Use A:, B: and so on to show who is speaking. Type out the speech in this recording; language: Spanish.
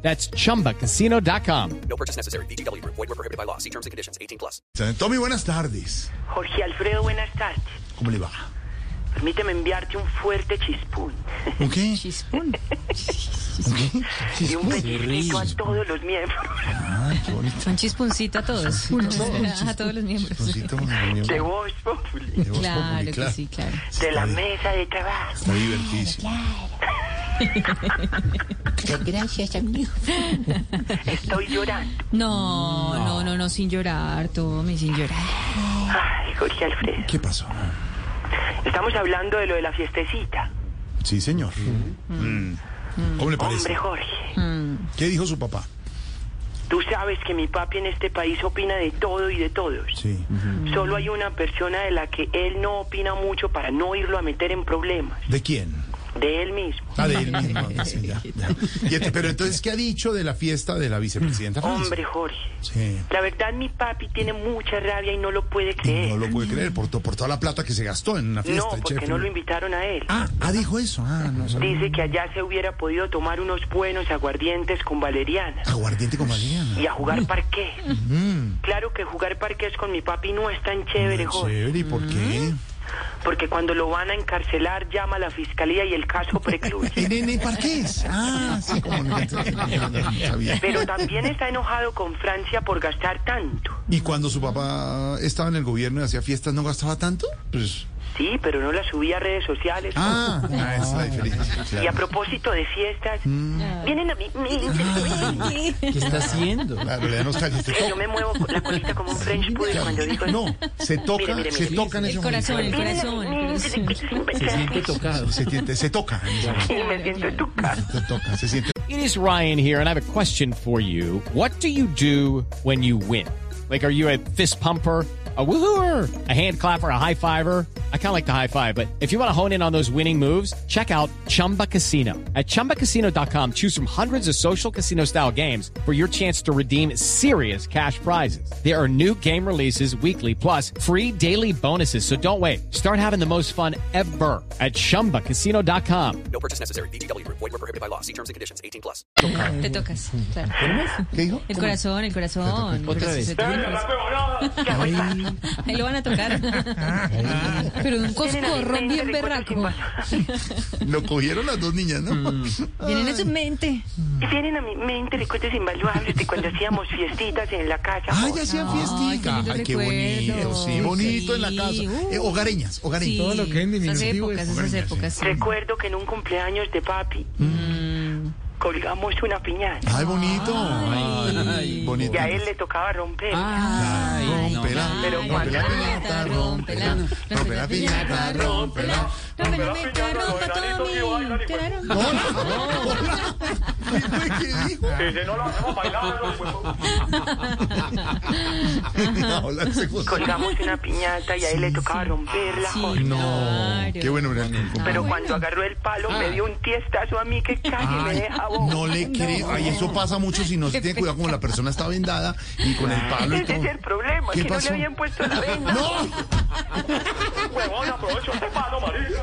A: That's chumbacasino.com.
B: No purchase necessary. BGW. Void were prohibited by law. See terms and conditions. 18 plus.
C: Tommy, buenas tardes.
D: Jorge Alfredo, buenas tardes.
C: ¿Cómo le va?
D: Permíteme enviarte un fuerte chispún.
C: ¿Un qué?
E: Chispón.
C: ¿Un qué?
D: Y un pellizco a
C: Chispón.
D: todos los miembros.
C: Ah, qué bonito.
E: Un chisponcito a todos. A todos los miembros.
C: Chispóncito, una reunión
D: De
C: de voz
D: Voz Populi.
C: pública,
E: Claro que sí, claro.
D: De la mesa de trabajo.
C: Está divertísimo.
F: Gracias, amigo.
D: Estoy llorando.
E: No, no, no, no, sin llorar, Tommy, sin llorar.
D: Ay, Jorge Alfredo.
C: ¿Qué pasó?
D: Estamos hablando de lo de la fiestecita.
C: Sí, señor. Mm. ¿Cómo le
D: Hombre,
C: parece?
D: Jorge.
C: ¿Qué dijo su papá?
D: Tú sabes que mi papi en este país opina de todo y de todos.
C: Sí.
D: Solo hay una persona de la que él no opina mucho para no irlo a meter en problemas.
C: ¿De quién?
D: De él mismo.
C: Ah, de él mismo. Ah, sí, ya, ya. Y este- pero entonces, ¿qué ha dicho de la fiesta de la vicepresidenta? Francia?
D: Hombre, Jorge.
C: Ah, Sí.
D: La verdad, mi papi tiene mucha rabia y no lo puede
C: Y no
D: creer.
C: lo puede creer por, to- por toda la plata que se gastó en una
D: No,
C: fiesta. el
D: porque
C: chef.
D: no lo invitaron a él.
C: Ah, ah, dijo eso. Ah, no sabía.
D: Dice que allá se hubiera podido tomar unos buenos aguardientes con valeriana
C: Aguardiente con Mariana.
D: y a jugar parqués.
C: Mm.
D: Claro que jugar parqués con mi papi no es tan chévere, Mm. Jorge,
C: Chévere, ¿y por qué?
D: porque cuando lo van a encarcelar llama a la fiscalía y el caso precluye.
C: En, en, en Parqués. Ah, sí, como no, no sabía.
D: Pero también está enojado con Francia por gastar tanto.
C: ¿Y cuando su papá estaba en el gobierno y hacía fiestas, no gastaba tanto? Pues.
D: Sí, pero no la subí a redes sociales.
C: Ah, ah, esa es la diferencia.
D: Y a
C: Claro,
D: propósito de fiestas,
C: Mm.
D: vienen a mí.
A: ¿Qué está haciendo?
C: claro le dan los calles. se
D: Yo
C: toca.
D: me muevo con la colita como un French pudding cuando digo eso.
C: No, se toca,
D: Mire, mire,
C: se
D: mire.
C: toca en ese
E: El corazón, el
C: momento.
D: Vienen a
E: corazón.
D: mí, sin
G: Se
D: pensar.
G: siente tocado.
C: Se, tiente- se toca. en ese momento.
D: Y me siento en tu casa.
C: Se toca, se siente.
A: It is Ryan here, and I have a question for you. What do you do when you win? Like, are you a fist pumper? A woohooer, a hand clapper, a high fiver. I kind of like the high five, but if you want to hone in on those winning moves, check out Chumba Casino. At chumbacasino.com, choose from hundreds of social casino style games for your chance to redeem serious cash prizes. There are new game releases weekly, plus free daily bonuses. So don't wait. Start having the most fun ever at chumbacasino.com.
B: No purchase necessary. BGW. Void were prohibited by law. See terms and conditions. 18 plus.
E: Te tocas. claro.
C: ¿Qué dijo?
E: El corazón, el corazón.
G: Otra vez.
E: Se toca el corazón. Ahí lo van a tocar. Pero un coscorrón bien berraco.
C: Lo cogieron las dos niñas, ¿no?
D: Mm.
E: Vienen en su mente.
D: Vienen a mi mente recuerdos invaluables de cuando hacíamos fiestitas en la casa.
C: Ah,
D: Jorge.
C: ya hacían
E: Ay,
C: fiestica.
E: qué lindo
C: Ay, qué bonito.
E: recuerdo.
C: Sí, bonito en la
E: Sí,
C: casa.
E: uh.
C: Eh, hogareñas, hogareñas.
E: Sí, esas épocas, esas
C: Bueno,
E: épocas. sí.
D: Recuerdo que en un cumpleaños de papi
E: Mm.
D: colgamos una piñata
C: Ay, bonito.
G: Ay,
C: bonito.
D: y a él le tocaba romper.
E: Ah,
G: Ay, no.
C: Rompela,
D: Pero
C: rompe la
D: cuando-
C: piñata, rompela, rompe la piñata, rompela.
E: Rompe la meta, rompa, Tommy. Te la rompa.
C: ¿Qué dijo?
D: pues,
C: Hola, se gustó.
D: Colgamos una piñata y a él le tocaba romperla.
E: Sí,
D: Jorge.
C: No,
E: claro.
C: qué bueno, Brian.
D: Pero
E: bueno. Ah.
D: cuando agarró el palo me dio un tiestazo a mí que casi me deja bobo.
C: No le creo. Ay, eso pasa mucho si no se tiene cuidado como la persona está vendada y con el palo y
D: Ese es
C: todo.
D: el problema,
C: ¿Qué
D: que no
C: pasó?
D: le habían puesto la venda.
C: ¡No!
D: Huevón, aprovecho este palo, marido.